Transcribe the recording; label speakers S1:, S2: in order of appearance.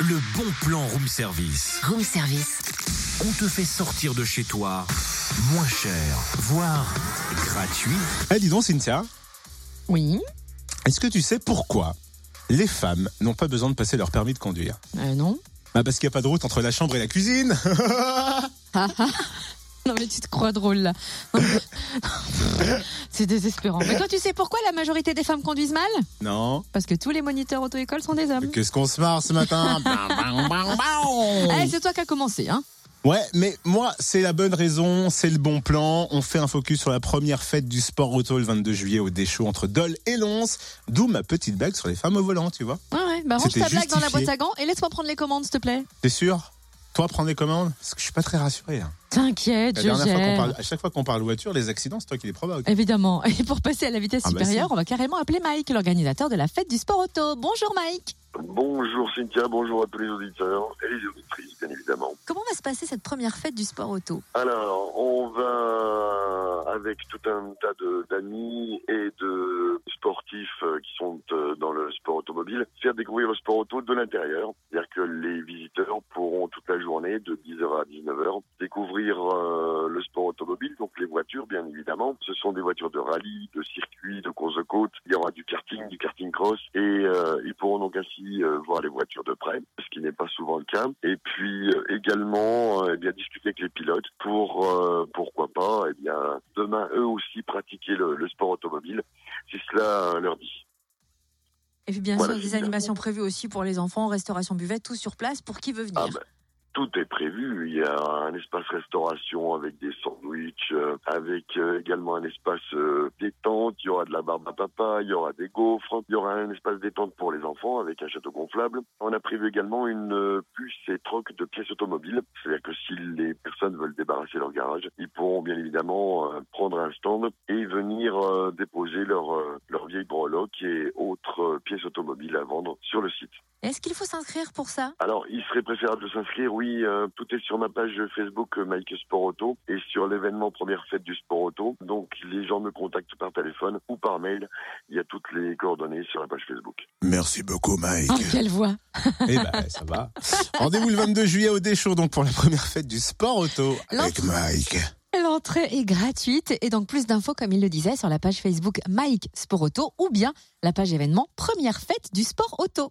S1: Le bon plan room service.
S2: Room service.
S1: On te fait sortir de chez toi moins cher, voire gratuit.
S3: Eh dis donc Cynthia,
S2: Oui.
S3: est-ce que tu sais pourquoi les femmes n'ont pas besoin de passer leur permis de conduire
S2: Euh, non.
S3: bah parce qu'il n'y a pas de route entre la chambre et la cuisine
S2: Non, mais tu te crois drôle là. Non, mais- C'est désespérant. Mais toi, tu sais pourquoi la majorité des femmes conduisent mal
S3: Non
S2: Parce que tous les moniteurs auto-école sont des hommes.
S3: Qu'est-ce qu'on se marre ce matin Bam, bam, bam, bam.
S2: Eh, c'est toi qui as commencé, hein
S3: Ouais, mais moi, c'est la bonne raison, c'est le bon plan. On fait un focus sur la première fête du sport auto le 22 juillet au Deschaux entre Dole et Lons. D'où ma petite blague sur les femmes au volant, tu vois.
S2: Ouais, ouais. Bah, range
S3: C'était
S2: ta blague dans la
S3: justifié.
S2: boîte à gants et laisse-moi prendre les commandes, s'il te plaît.
S3: T'es sûr Toi, prends les commandes Parce que je suis pas très rassuré. hein.
S2: T'inquiète,
S3: La
S2: je
S3: dernière fois qu'on
S2: gère.
S3: parle, à chaque fois qu'on parle voiture, les accidents, c'est toi qui les provoques.
S2: Évidemment. Et pour passer à la vitesse
S3: Ah, bah,
S2: supérieure, on va carrément appeler Mike, l'organisateur de la fête du sport auto. Bonjour Mike.
S4: Bonjour Cynthia, bonjour à tous les auditeurs et les auditrices, bien évidemment.
S2: Comment va se passer cette première fête du sport auto
S4: Alors, on va avec tout un tas de- d'amis et de sportifs euh, qui sont euh, dans le sport automobile, faire découvrir le sport auto de l'intérieur. C'est-à-dire que les visiteurs pourront toute la journée, de 10h à 19h, découvrir euh, le sport automobile, donc les voitures, bien évidemment. Ce sont des voitures de rallye, de circuit, de course de côte. Il y aura du karting, du karting cross, et euh, ils pourront donc ainsi euh, voir les voitures de près, ce qui n'est pas souvent le cas. Et puis euh, également, euh, eh bien discuter avec les pilotes pour euh, pourquoi pas, eh bien demain eux aussi pratiquer le, le sport automobile, si cela euh, leur dit.
S5: Et puis bien
S4: Voilà,
S5: sûr, des
S4: c'est bien.
S5: animations prévues aussi pour les enfants, restauration buvette, tout sur place pour qui veut venir.
S4: Ah ben, tout est prévu. Il y a un espace restauration avec des sandwichs, euh, avec euh, également un espace euh, détente. Il y aura de la barbe à papa, il y aura des gaufres, il y aura un espace détente pour les enfants avec un château gonflable. On a prévu également une euh, puce et troc de pièces automobiles. C'est-à-dire que si les personnes veulent débarrasser leur garage, ils pourront bien évidemment euh, prendre un stand et venir euh, déposer leur, euh, leur vieille breloque et autres euh, pièces automobiles à vendre sur le site.
S5: Est-ce qu'il faut s'inscrire pour ça
S4: Alors, il serait préférable de s'inscrire, oui, euh, tout est sur ma page Facebook euh, Mike Sport Auto et sur l'événement Première Fête du Sport Auto. Donc, les gens me contactent par téléphone ou par mail. Il y a toutes les coordonnées sur la page Facebook.
S3: Merci beaucoup, Mike.
S2: Oh, quelle voix
S3: Eh ben, ça va. Rendez-vous le 22 juillet au Deschaux, donc pour la première fête du sport auto avec Mike.
S2: L'entrée est gratuite et donc plus d'infos, comme il le disait, sur la page Facebook Mike Sport Auto ou bien la page événement Première Fête du Sport Auto.